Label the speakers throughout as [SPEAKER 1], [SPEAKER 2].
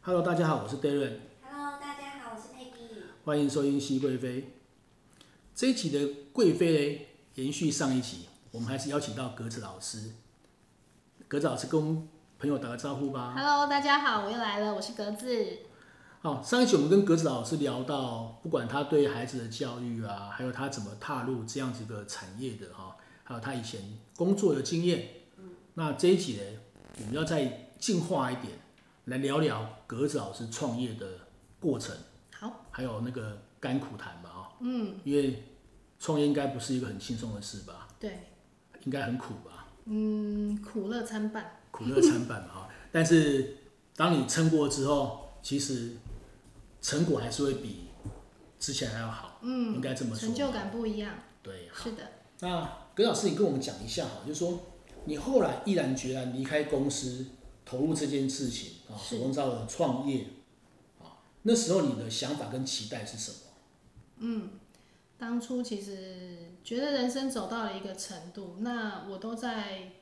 [SPEAKER 1] 我是 Darren，
[SPEAKER 2] Hello，大家好，我是 Peggy。
[SPEAKER 1] 欢迎收听《熹贵妃》。这一期的贵妃呢，延续上一集，我们还是邀请到格子老师。格子老师跟我们朋友打个招呼吧。
[SPEAKER 3] Hello，大家好，我又来了，我是格子。
[SPEAKER 1] 好，上一集我们跟格子老师聊到，不管他对孩子的教育啊，还有他怎么踏入这样子的产业的哈、还有他以前工作的经验。那这一集呢，我们要再进化一点，来聊聊格子老师创业的过程。
[SPEAKER 3] 好，
[SPEAKER 1] 还有那个甘苦谈吧，啊，
[SPEAKER 3] 嗯，
[SPEAKER 1] 因为创业应该不是一个很轻松的事吧，
[SPEAKER 3] 对，
[SPEAKER 1] 应该很苦吧，
[SPEAKER 3] 嗯，苦乐参半，
[SPEAKER 1] 苦乐参半吧，啊。 但是当你撑过之后，其实成果还是会比之前还要好，
[SPEAKER 3] 嗯，
[SPEAKER 1] 应该这么说，
[SPEAKER 3] 成就感不一样。
[SPEAKER 1] 对。
[SPEAKER 3] 是的，
[SPEAKER 1] 那葛老师，你跟我们讲一下哈，就是说你后来毅然决然离开公司，投入这件事情啊，
[SPEAKER 3] 是
[SPEAKER 1] 手工皂的创业啊，那时候你的想法跟期待是什么？
[SPEAKER 3] 当初其实觉得人生走到了一个程度，那我都在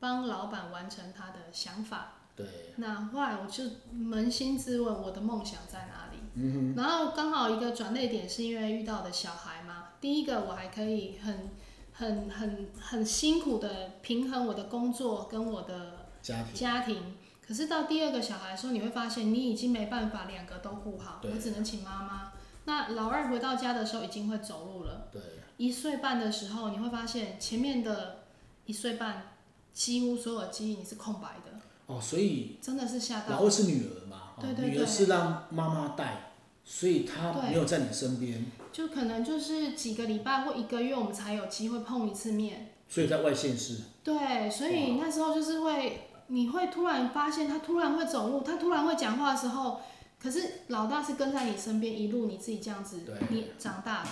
[SPEAKER 3] 帮老板完成他的想法。
[SPEAKER 1] 对，
[SPEAKER 3] 那后来我就扪心自问，我的梦想在哪里？嗯、然后刚好一个转捩点是因为遇到的小孩嘛。第一个我还可以很、很、很、很辛苦的平衡我的工作跟我的
[SPEAKER 1] 家庭
[SPEAKER 3] 家庭。可是到第二个小孩的时候，你会发现你已经没办法两个都顾好，
[SPEAKER 1] 对
[SPEAKER 3] 我只能请妈妈。那老二回到家的时候已经会走路了，
[SPEAKER 1] 对。
[SPEAKER 3] 一岁半的时候你会发现前面的一岁半几乎所有记忆你是空白的，
[SPEAKER 1] 哦，所以
[SPEAKER 3] 真的是吓
[SPEAKER 1] 老
[SPEAKER 3] 到。
[SPEAKER 1] 二是女儿嘛，哦
[SPEAKER 3] 对对
[SPEAKER 1] 女儿
[SPEAKER 3] 对
[SPEAKER 1] 是让妈妈带，所以她
[SPEAKER 3] 对
[SPEAKER 1] 没有在你身边，
[SPEAKER 3] 就可能就是几个礼拜或一个月我们才有机会碰一次面。
[SPEAKER 1] 所以在外县市。
[SPEAKER 3] 对，所以那时候就是会，你会突然发现他突然会走路，他突然会讲话的时候，可是老大是跟在你身边一路你自己这样子
[SPEAKER 1] 对，
[SPEAKER 3] 你长大的。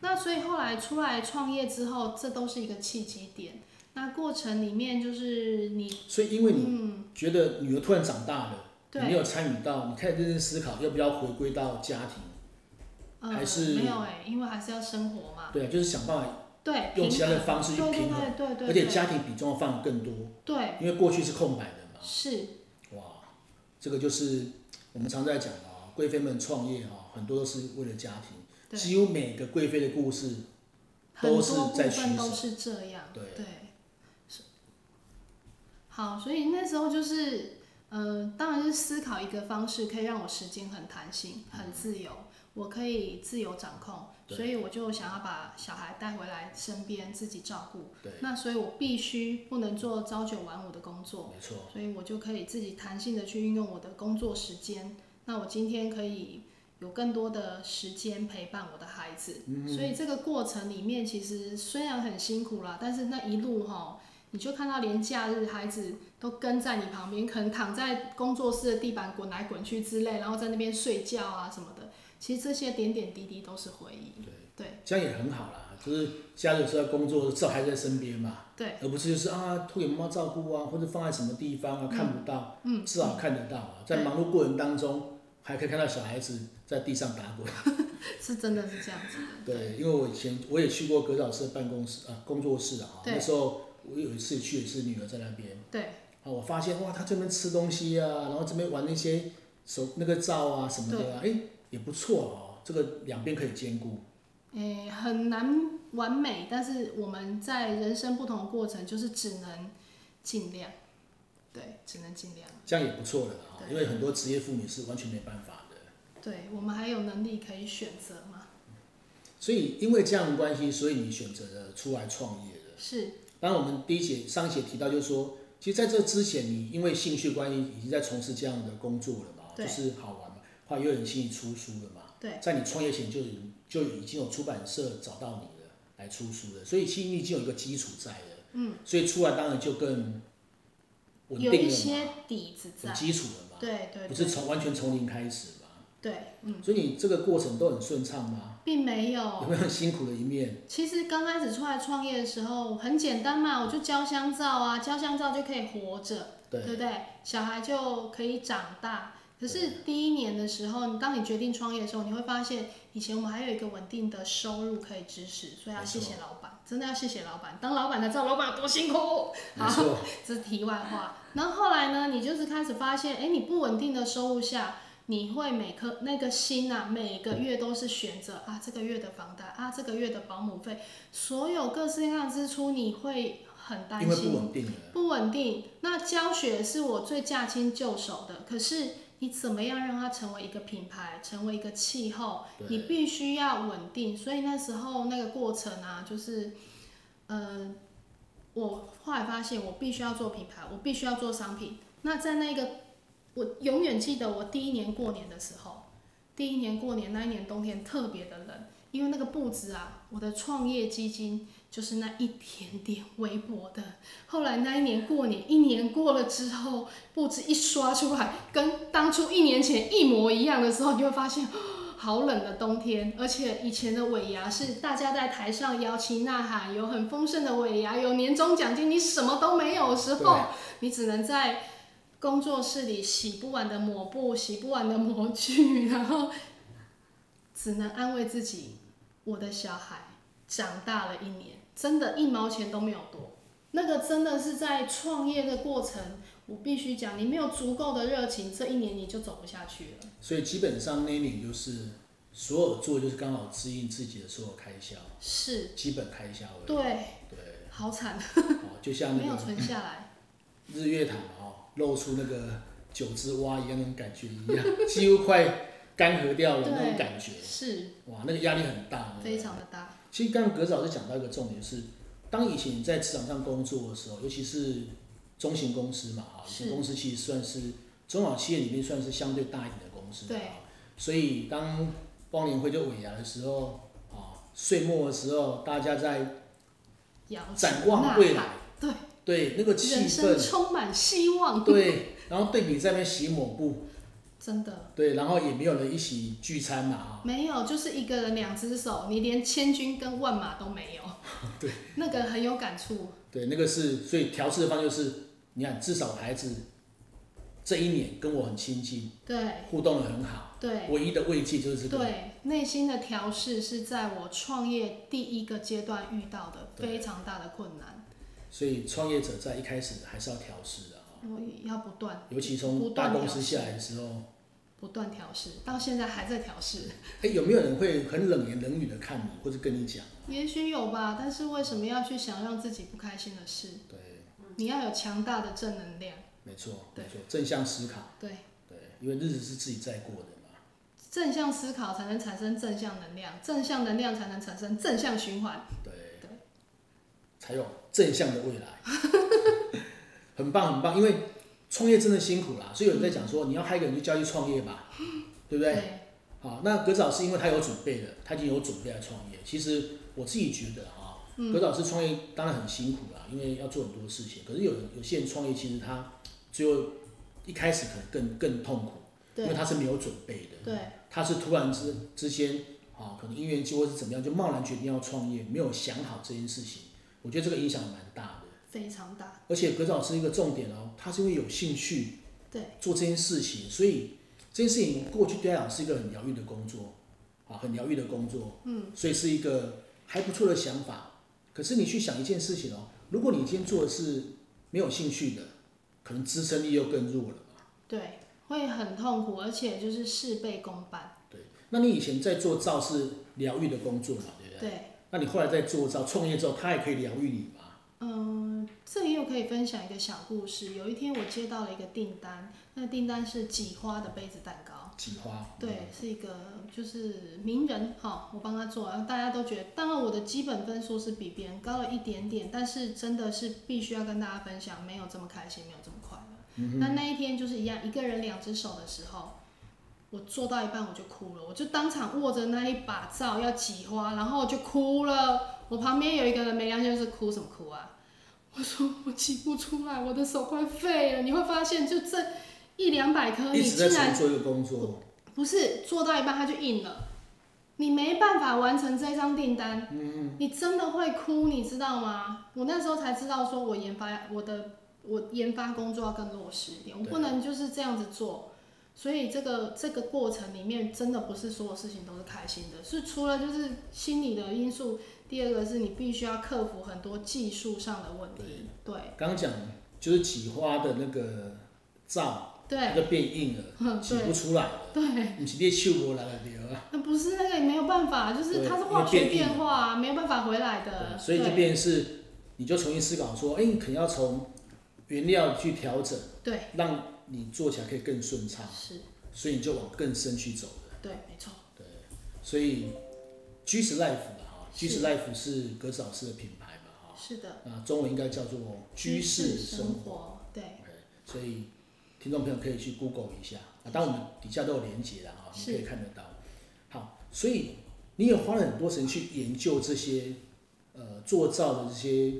[SPEAKER 3] 那所以后来出来创业之后，这都是一个契机点。那过程里面就是你，
[SPEAKER 1] 所以因为你
[SPEAKER 3] 嗯，
[SPEAKER 1] 觉得女儿突然长大了，你没
[SPEAKER 3] 对，
[SPEAKER 1] 有参与到，你开始认真思考要不要回归到家庭。
[SPEAKER 3] 呃，
[SPEAKER 1] 还是
[SPEAKER 3] 没有哎、因为还是要生活嘛，
[SPEAKER 1] 对，啊就是想办法
[SPEAKER 3] 对，
[SPEAKER 1] 用
[SPEAKER 3] 平
[SPEAKER 1] 其他的
[SPEAKER 3] 衡
[SPEAKER 1] 方式去
[SPEAKER 3] 对对
[SPEAKER 1] 平衡，
[SPEAKER 3] 对对对，
[SPEAKER 1] 而且
[SPEAKER 3] 对
[SPEAKER 1] 家庭比重要放得更多，
[SPEAKER 3] 对
[SPEAKER 1] 因为过去是空白的嘛。
[SPEAKER 3] 是
[SPEAKER 1] 哇，这个就是我们常在讲的啊，贵妃们创业啊，很多都是为了家庭，
[SPEAKER 3] 对
[SPEAKER 1] 几乎每个贵妃的故事
[SPEAKER 3] 很
[SPEAKER 1] 都
[SPEAKER 3] 多
[SPEAKER 1] 是
[SPEAKER 3] 部
[SPEAKER 1] 在取
[SPEAKER 3] 分都
[SPEAKER 1] 舍
[SPEAKER 3] 是这样，
[SPEAKER 1] 对
[SPEAKER 3] 是好，所以那时候就是，呃，当然是思考一个方式，可以让我时间很弹性、很自由，我可以自由掌控，
[SPEAKER 1] 嗯对
[SPEAKER 3] 所以我就想要把小孩带回来身边自己照顾。
[SPEAKER 1] 对，
[SPEAKER 3] 那所以我必须不能做朝九晚五的工作，
[SPEAKER 1] 没错，
[SPEAKER 3] 所以我就可以自己弹性的去运用我的工作时间。那我今天可以有更多的时间陪伴我的孩子，所以这个过程里面其实虽然很辛苦啦，但是那一路哈，你就看到连假日孩子都跟在你旁边，可能躺在工作室的地板滚来滚去之类，然后在那边睡觉啊什么的。其实这些点点滴滴都是回忆，
[SPEAKER 1] 对。
[SPEAKER 3] 对
[SPEAKER 1] 这样也很好啦，就是家里有时候要工作，至少还在身边嘛，
[SPEAKER 3] 对
[SPEAKER 1] 而不是就是啊托给妈妈照顾啊，或者放在什么地方啊看不到，
[SPEAKER 3] 嗯
[SPEAKER 1] 至少看得到啊，在忙碌过程当中还可以看到小孩子在地上打滚。
[SPEAKER 3] 是真的是这样子 的。
[SPEAKER 1] 对，因为我以前我也去过葛老师的办公室啊工作室啊，
[SPEAKER 3] 对
[SPEAKER 1] 那时候我有一次去也是女儿在那边
[SPEAKER 3] 对
[SPEAKER 1] 啊，我发现哇她这边吃东西啊，然后这边玩那些手那个照啊什么的啊，哎也不错哦，这个两边可以兼顾。
[SPEAKER 3] 诶、很难完美，但是我们在人生不同的过程，就是只能尽量，对，只能尽量。
[SPEAKER 1] 这样也不错了啊，
[SPEAKER 3] 对
[SPEAKER 1] 因为很多职业妇女是完全没办法的，
[SPEAKER 3] 对我们还有能力可以选择嘛？
[SPEAKER 1] 所以因为这样的关系，所以你选择了出来创业了。
[SPEAKER 3] 是，
[SPEAKER 1] 当然，我们第一节上一节提到，就是说，其实在这之前，你因为兴趣关系已经在从事这样的工作了嘛，就
[SPEAKER 3] 对
[SPEAKER 1] 是好玩嘛，后来又有人请你出书了嘛，
[SPEAKER 3] 对，
[SPEAKER 1] 在你创业前就已就已经有出版社找到你了来出书了，所以其实你已经有一个基础在了，嗯，所以出来当然就更稳定
[SPEAKER 3] 有
[SPEAKER 1] 了
[SPEAKER 3] 一
[SPEAKER 1] 嘛，
[SPEAKER 3] 些底子
[SPEAKER 1] 有
[SPEAKER 3] 在，
[SPEAKER 1] 基础了嘛，
[SPEAKER 3] 对对
[SPEAKER 1] 不是
[SPEAKER 3] 对
[SPEAKER 1] 从完全从零开始嘛。
[SPEAKER 3] 对，嗯，哦
[SPEAKER 1] 所以你这个过程都很顺畅吗？
[SPEAKER 3] 并没
[SPEAKER 1] 有
[SPEAKER 3] 有。
[SPEAKER 1] 没有很辛苦的一面？
[SPEAKER 3] 其实刚开始出来创业的时候很简单嘛，我就教香皂啊，教香皂就可以活着。
[SPEAKER 1] 对，
[SPEAKER 3] 对不对？小孩就可以长大。可是第一年的时候，你当你决定创业的时候，你会发现，以前我们还有一个稳定的收入可以支持，所以要
[SPEAKER 1] 没错
[SPEAKER 3] 谢谢老板，真的要谢谢老板。当老板才知道老板有多辛苦。
[SPEAKER 1] 没错，
[SPEAKER 3] 这是题外话。然后后来呢，你就是开始发现，哎，你不稳定的收入下，你会每颗那个心啊，每个月都是选择啊，这个月的房贷啊，这个月的保姆费，所有各式各样的支出，你会很担
[SPEAKER 1] 因为不
[SPEAKER 3] 心，
[SPEAKER 1] 稳定了。
[SPEAKER 3] 不稳定。那教学是我最驾轻就熟的，可是你怎么样让它成为一个品牌，成为一个气候，你
[SPEAKER 1] 对，
[SPEAKER 3] 必须要稳定。所以那时候那个过程啊，就是，呃，我后来发现我必须要做品牌，我必须要做商品。那在那个，我永远记得我第一年过年的时候，第一年过年那一年冬天特别的冷，因为那个布置啊，我的创业基金就是那一点点微薄的。后来那一年过年，一年过了之后，布置一刷出来，跟当初一年前一模一样的时候，你会发现。 好冷的冬天，而且以前的尾牙是大家在台上摇旗呐喊，有很丰盛的尾牙，有年终奖金，你什么都没有的时候
[SPEAKER 1] 对，
[SPEAKER 3] 你只能在工作室里洗不完的抹布、洗不完的模具，然后只能安慰自己，我的小孩长大了一年，真的，一毛钱都没有多。那个真的是在创业的过程，我必须讲，你没有足够的热情，这一年你就走不下去了。
[SPEAKER 1] 所以基本上 naming 就是所有做就是刚好支应自己的所有开销，
[SPEAKER 3] 是，
[SPEAKER 1] 基本开销而已。
[SPEAKER 3] 对，
[SPEAKER 1] 对，
[SPEAKER 3] 好惨，
[SPEAKER 1] 哦，就像
[SPEAKER 3] 没
[SPEAKER 1] 那
[SPEAKER 3] 有
[SPEAKER 1] 个
[SPEAKER 3] 存下 来。
[SPEAKER 1] 日月潭哦，露出那个九只蛙一样那种感觉一样，几乎快干涸掉了那种
[SPEAKER 3] 对
[SPEAKER 1] 感觉，
[SPEAKER 3] 是，
[SPEAKER 1] 哇，那个压力很大。对不对
[SPEAKER 3] 非常的大。
[SPEAKER 1] 其实刚刚葛子老师讲到一个重点是，当以前你在职场上工作的时候，尤其是中型公司嘛，哈，以前
[SPEAKER 3] 是
[SPEAKER 1] 公司其实算是中小企业里面算是相对大一点的公司，
[SPEAKER 3] 对
[SPEAKER 1] 啊，所以当忘年会就尾牙的时候，啊，岁末的时候，大家在
[SPEAKER 3] 摇旗
[SPEAKER 1] 展望未来
[SPEAKER 3] 呐喊对，
[SPEAKER 1] 对那个气
[SPEAKER 3] 人生
[SPEAKER 1] 氛，
[SPEAKER 3] 充满希望。，
[SPEAKER 1] 对，然后对比在那边洗抹布，
[SPEAKER 3] 真的
[SPEAKER 1] 对，然后也没有人一起聚餐嘛，啊，
[SPEAKER 3] 没有，就是一个人两只手，你连千军跟万马都没有。
[SPEAKER 1] 对，
[SPEAKER 3] 那个很有感触。
[SPEAKER 1] 对，那个是，所以调试的方就是，你看，至少孩子这一年跟我很亲近，
[SPEAKER 3] 对，
[SPEAKER 1] 互动的很好，
[SPEAKER 3] 对，
[SPEAKER 1] 唯一的慰藉就是这个。
[SPEAKER 3] 对，内心的调试是在我创业第一个阶段遇到的
[SPEAKER 1] 对
[SPEAKER 3] 非常大的困难，
[SPEAKER 1] 所以创业者在一开始还是要调试的啊，
[SPEAKER 3] 我要不断
[SPEAKER 1] 尤其从大公司下来的时候，
[SPEAKER 3] 不断调试，到现在还在调试。
[SPEAKER 1] 哎，有没有人会很冷言冷语的看你，或者跟你讲？
[SPEAKER 3] 也许有吧，但是为什么要去想让自己不开心的事？
[SPEAKER 1] 对，
[SPEAKER 3] 你要有强大的正能量，
[SPEAKER 1] 没错，没
[SPEAKER 3] 对
[SPEAKER 1] 错，正向思考，
[SPEAKER 3] 对，
[SPEAKER 1] 对，因为日子是自己在过的嘛。
[SPEAKER 3] 正向思考才能产生正向能量，正向能量才能产生正向循环。
[SPEAKER 1] 对，
[SPEAKER 3] 对
[SPEAKER 1] 才有正向的未来， 很棒很棒。因为创业真的辛苦啦，所以有人在讲说，你要害一个人就叫他去创业吧，对不对？好，啊那葛老师因为他有准备的，他已经有准备来创业。其实我自己觉得哈、
[SPEAKER 3] 嗯
[SPEAKER 1] 葛老师创业当然很辛苦啦，因为要做很多事情。可是有人有些人创业，其实他最后一开始可能更更痛苦，因为
[SPEAKER 3] 对
[SPEAKER 1] 他是没有准备的。
[SPEAKER 3] 对
[SPEAKER 1] 他是突然之之间啊，可能因缘际会是怎么样，就贸然决定要创业，没有想好这件事情。我觉得这个影响蛮大的。
[SPEAKER 3] 非常大，
[SPEAKER 1] 而且葛老师一个重点哦，他是因为有兴趣
[SPEAKER 3] 对
[SPEAKER 1] 做这件事情，所以这件事情过去对他来讲是一个很疗愈的工作啊，很疗愈的工作。嗯，所以是一个还不错的想法。可是你去想一件事情哦，如果你今天做的是没有兴趣的，可能支撑力又更弱了嘛。
[SPEAKER 3] 对，会很痛苦，而且就是事倍功半。
[SPEAKER 1] 对，那你以前在做造是疗愈的工作嘛，对不对？
[SPEAKER 3] 对。
[SPEAKER 1] 那你后来在做造创业之后，它也可以疗愈你嘛？
[SPEAKER 3] 嗯，这里又可以分享一个小故事。有一天我接到了一个订单，那订单是几花的杯子蛋糕，
[SPEAKER 1] 几花。
[SPEAKER 3] 对，是一个就是名人哈、我帮他做，然后大家都觉得，当然我的基本分数是比别人高了一点点，但是真的是必须要跟大家分享，没有这么开心，没有这么快乐。
[SPEAKER 1] 嗯
[SPEAKER 3] 那那一天就是一样，一个人两只手的时候，我做到一半我就哭了，我就当场握着那一把皂要挤花，然后我就哭了。我旁边有一个人没良心，就是哭什么哭啊？我说我挤不出来，我的手快废了。你会发现，就这一两百颗，
[SPEAKER 1] 啊一
[SPEAKER 3] 你
[SPEAKER 1] 直
[SPEAKER 3] 竟
[SPEAKER 1] 在
[SPEAKER 3] 然
[SPEAKER 1] 重做一个工作，
[SPEAKER 3] 不是做到一半它就硬了，你没办法完成这张订单，你真的会哭，你知道吗？我那时候才知道，说我研发我的我研发工作要更落实一点，我
[SPEAKER 1] 对啊
[SPEAKER 3] 不能就是这样子做。所以这个这个过程里面，真的不是所有事情都是开心的，是除了就是心理的因素，第二个是你必须要克服很多技术上的问题。对，
[SPEAKER 1] 刚刚讲就是几花的那个造，那
[SPEAKER 3] 对
[SPEAKER 1] 个变硬了，
[SPEAKER 3] 嗯
[SPEAKER 1] 挤
[SPEAKER 3] 对
[SPEAKER 1] 不出来了，
[SPEAKER 3] 对，
[SPEAKER 1] 你是被秀过来了，对吧？
[SPEAKER 3] 那不是那个也没有办法，就是
[SPEAKER 1] 对
[SPEAKER 3] 它是
[SPEAKER 1] 因为
[SPEAKER 3] 化学
[SPEAKER 1] 变硬
[SPEAKER 3] 变化啊，没有办法回来的。
[SPEAKER 1] 对所以就
[SPEAKER 3] 对
[SPEAKER 1] 变成是，你就重新思考说，哎、你可能要从原料去调整，
[SPEAKER 3] 对
[SPEAKER 1] 让你做起来可以更顺畅，
[SPEAKER 3] 是，
[SPEAKER 1] 所以你就往更深去走了。
[SPEAKER 3] 对，没错，
[SPEAKER 1] 所以居士 life 嘛，哈，
[SPEAKER 3] 是
[SPEAKER 1] 居士 life 是格子老师的品牌嘛，哈，
[SPEAKER 3] 是的。
[SPEAKER 1] 那中文应该叫做居士生
[SPEAKER 3] 生
[SPEAKER 1] 活。
[SPEAKER 3] 活，对，
[SPEAKER 1] OK，所以听众朋友可以去 Google 一下，啊，当然我们底下都有连接的哈，你
[SPEAKER 3] 是
[SPEAKER 1] 可以看得到。好，所以你也花了很多时间去研究这些呃做造的这些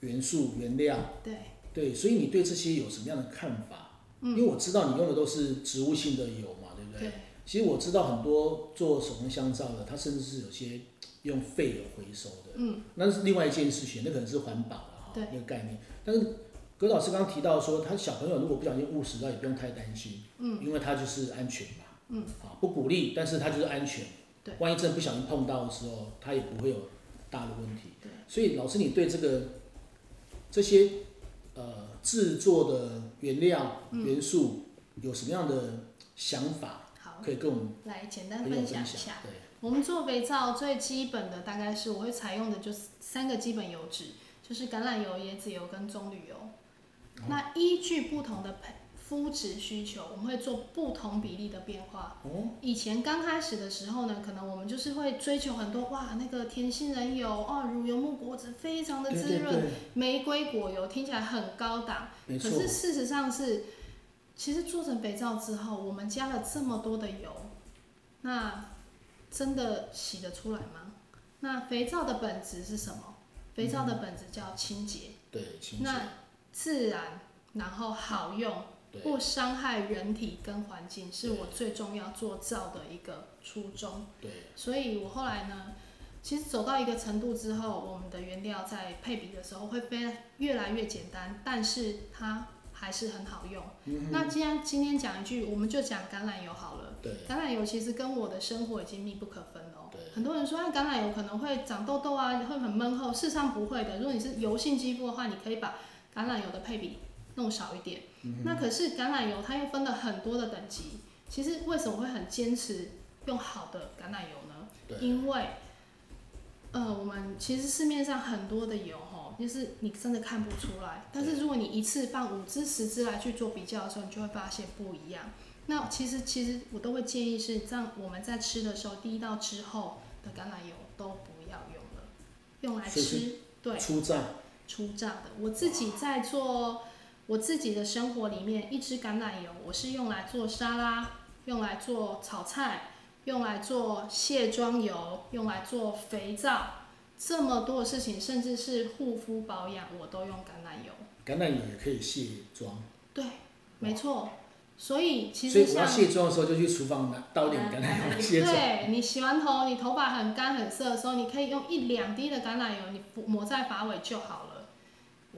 [SPEAKER 1] 元素原料，
[SPEAKER 3] 对，
[SPEAKER 1] 对，所以你对这些有什么样的看法？因为我知道你用的都是植物性的油嘛，对不对？
[SPEAKER 3] 对，
[SPEAKER 1] 其实我知道很多做手工香皂的，它甚至是有些用废油回收的，
[SPEAKER 3] 嗯，
[SPEAKER 1] 那是另外一件事情，那可能是环保了哈，
[SPEAKER 3] 对
[SPEAKER 1] 那个概念。但是葛老师刚刚提到说，他小朋友如果不小心误食到，也不用太担心，嗯，因为他就是安全嘛，嗯，啊，不鼓励，但是他就是安全，
[SPEAKER 3] 对
[SPEAKER 1] 万一真的不小心碰到的时候，他也不会有大的问题。
[SPEAKER 3] 对，
[SPEAKER 1] 所以老师，你对这个这些呃制作的原料
[SPEAKER 3] 嗯
[SPEAKER 1] 元素有什么样的想法？
[SPEAKER 3] 好，
[SPEAKER 1] 可以跟我们
[SPEAKER 3] 来简单
[SPEAKER 1] 朋友
[SPEAKER 3] 分
[SPEAKER 1] 嗯分
[SPEAKER 3] 享
[SPEAKER 1] 享
[SPEAKER 3] 一下。，
[SPEAKER 1] 对，
[SPEAKER 3] 我们做肥皂最基本的大概是我会采用的就是三个基本油脂，就是橄榄油、椰子油跟棕榈油。
[SPEAKER 1] 哦
[SPEAKER 3] 那依据不同的配肤质需求，我们会做不同比例的变化。
[SPEAKER 1] 哦，
[SPEAKER 3] 以前刚开始的时候呢，可能我们就是会追求很多哇，那个甜杏仁油哦，乳油木果子非常的
[SPEAKER 1] 对
[SPEAKER 3] 滋
[SPEAKER 1] 对
[SPEAKER 3] 润，
[SPEAKER 1] 对，
[SPEAKER 3] 玫瑰果油听起来很高档，
[SPEAKER 1] 没
[SPEAKER 3] 可
[SPEAKER 1] 错，
[SPEAKER 3] 是事实上是，其实做成肥皂之后，我们加了这么多的油，那真的洗得出来吗？那肥皂的本质是什么？肥皂的本质叫清洁、
[SPEAKER 1] 对，嗯清洁，
[SPEAKER 3] 那自然，然后好用，
[SPEAKER 1] 对，
[SPEAKER 3] 不伤害人体跟环境，是
[SPEAKER 1] 对
[SPEAKER 3] 我最重要做皂的一个初衷。
[SPEAKER 1] 对，
[SPEAKER 3] 所以我后来呢，其实走到一个程度之后，我们的原料在配比的时候会变越来越简单，但是它还是很好用。那既然今天讲一句，我们就讲橄榄油好了。
[SPEAKER 1] 对，
[SPEAKER 3] 橄榄油其实跟我的生活已经密不可分了哦
[SPEAKER 1] 对。
[SPEAKER 3] 很多人说，哎，橄榄油可能会长痘痘啊，会很闷厚。事实上不会的，如果你是油性肌肤的话，你可以把橄榄油的配比弄少一点。
[SPEAKER 1] 嗯
[SPEAKER 3] 那可是橄榄油它又分了很多的等级。其实为什么会很坚持用好的橄榄油呢？
[SPEAKER 1] 对，
[SPEAKER 3] 因为，呃，我们其实市面上很多的油吼，就是你真的看不出来，但是如果你一次放五支、十支来去做比较的时候，你就会发现不一样。那其实其实我都会建议是，这样我们在吃的时候，第一道之后的橄榄油都不要用了，用来
[SPEAKER 1] 所以是
[SPEAKER 3] 吃对
[SPEAKER 1] 出账，
[SPEAKER 3] 出榨的。我自己在做我自己的生活里面，一支橄榄油我是用来做沙拉，用来做炒菜，用来做卸妆油，用来做肥皂，这么多的事情，甚至是护肤保养，我都用橄榄油。
[SPEAKER 1] 橄榄油也可以卸妆，
[SPEAKER 3] 对，没错。所以其
[SPEAKER 1] 所
[SPEAKER 3] 实
[SPEAKER 1] 以我要
[SPEAKER 3] 像
[SPEAKER 1] 卸妆的时候就去厨房拿倒一点橄榄油卸妆，
[SPEAKER 3] 对你洗完头，你头发很干很涩的时候，你可以用一两滴的橄榄油，你抹在发尾就好了。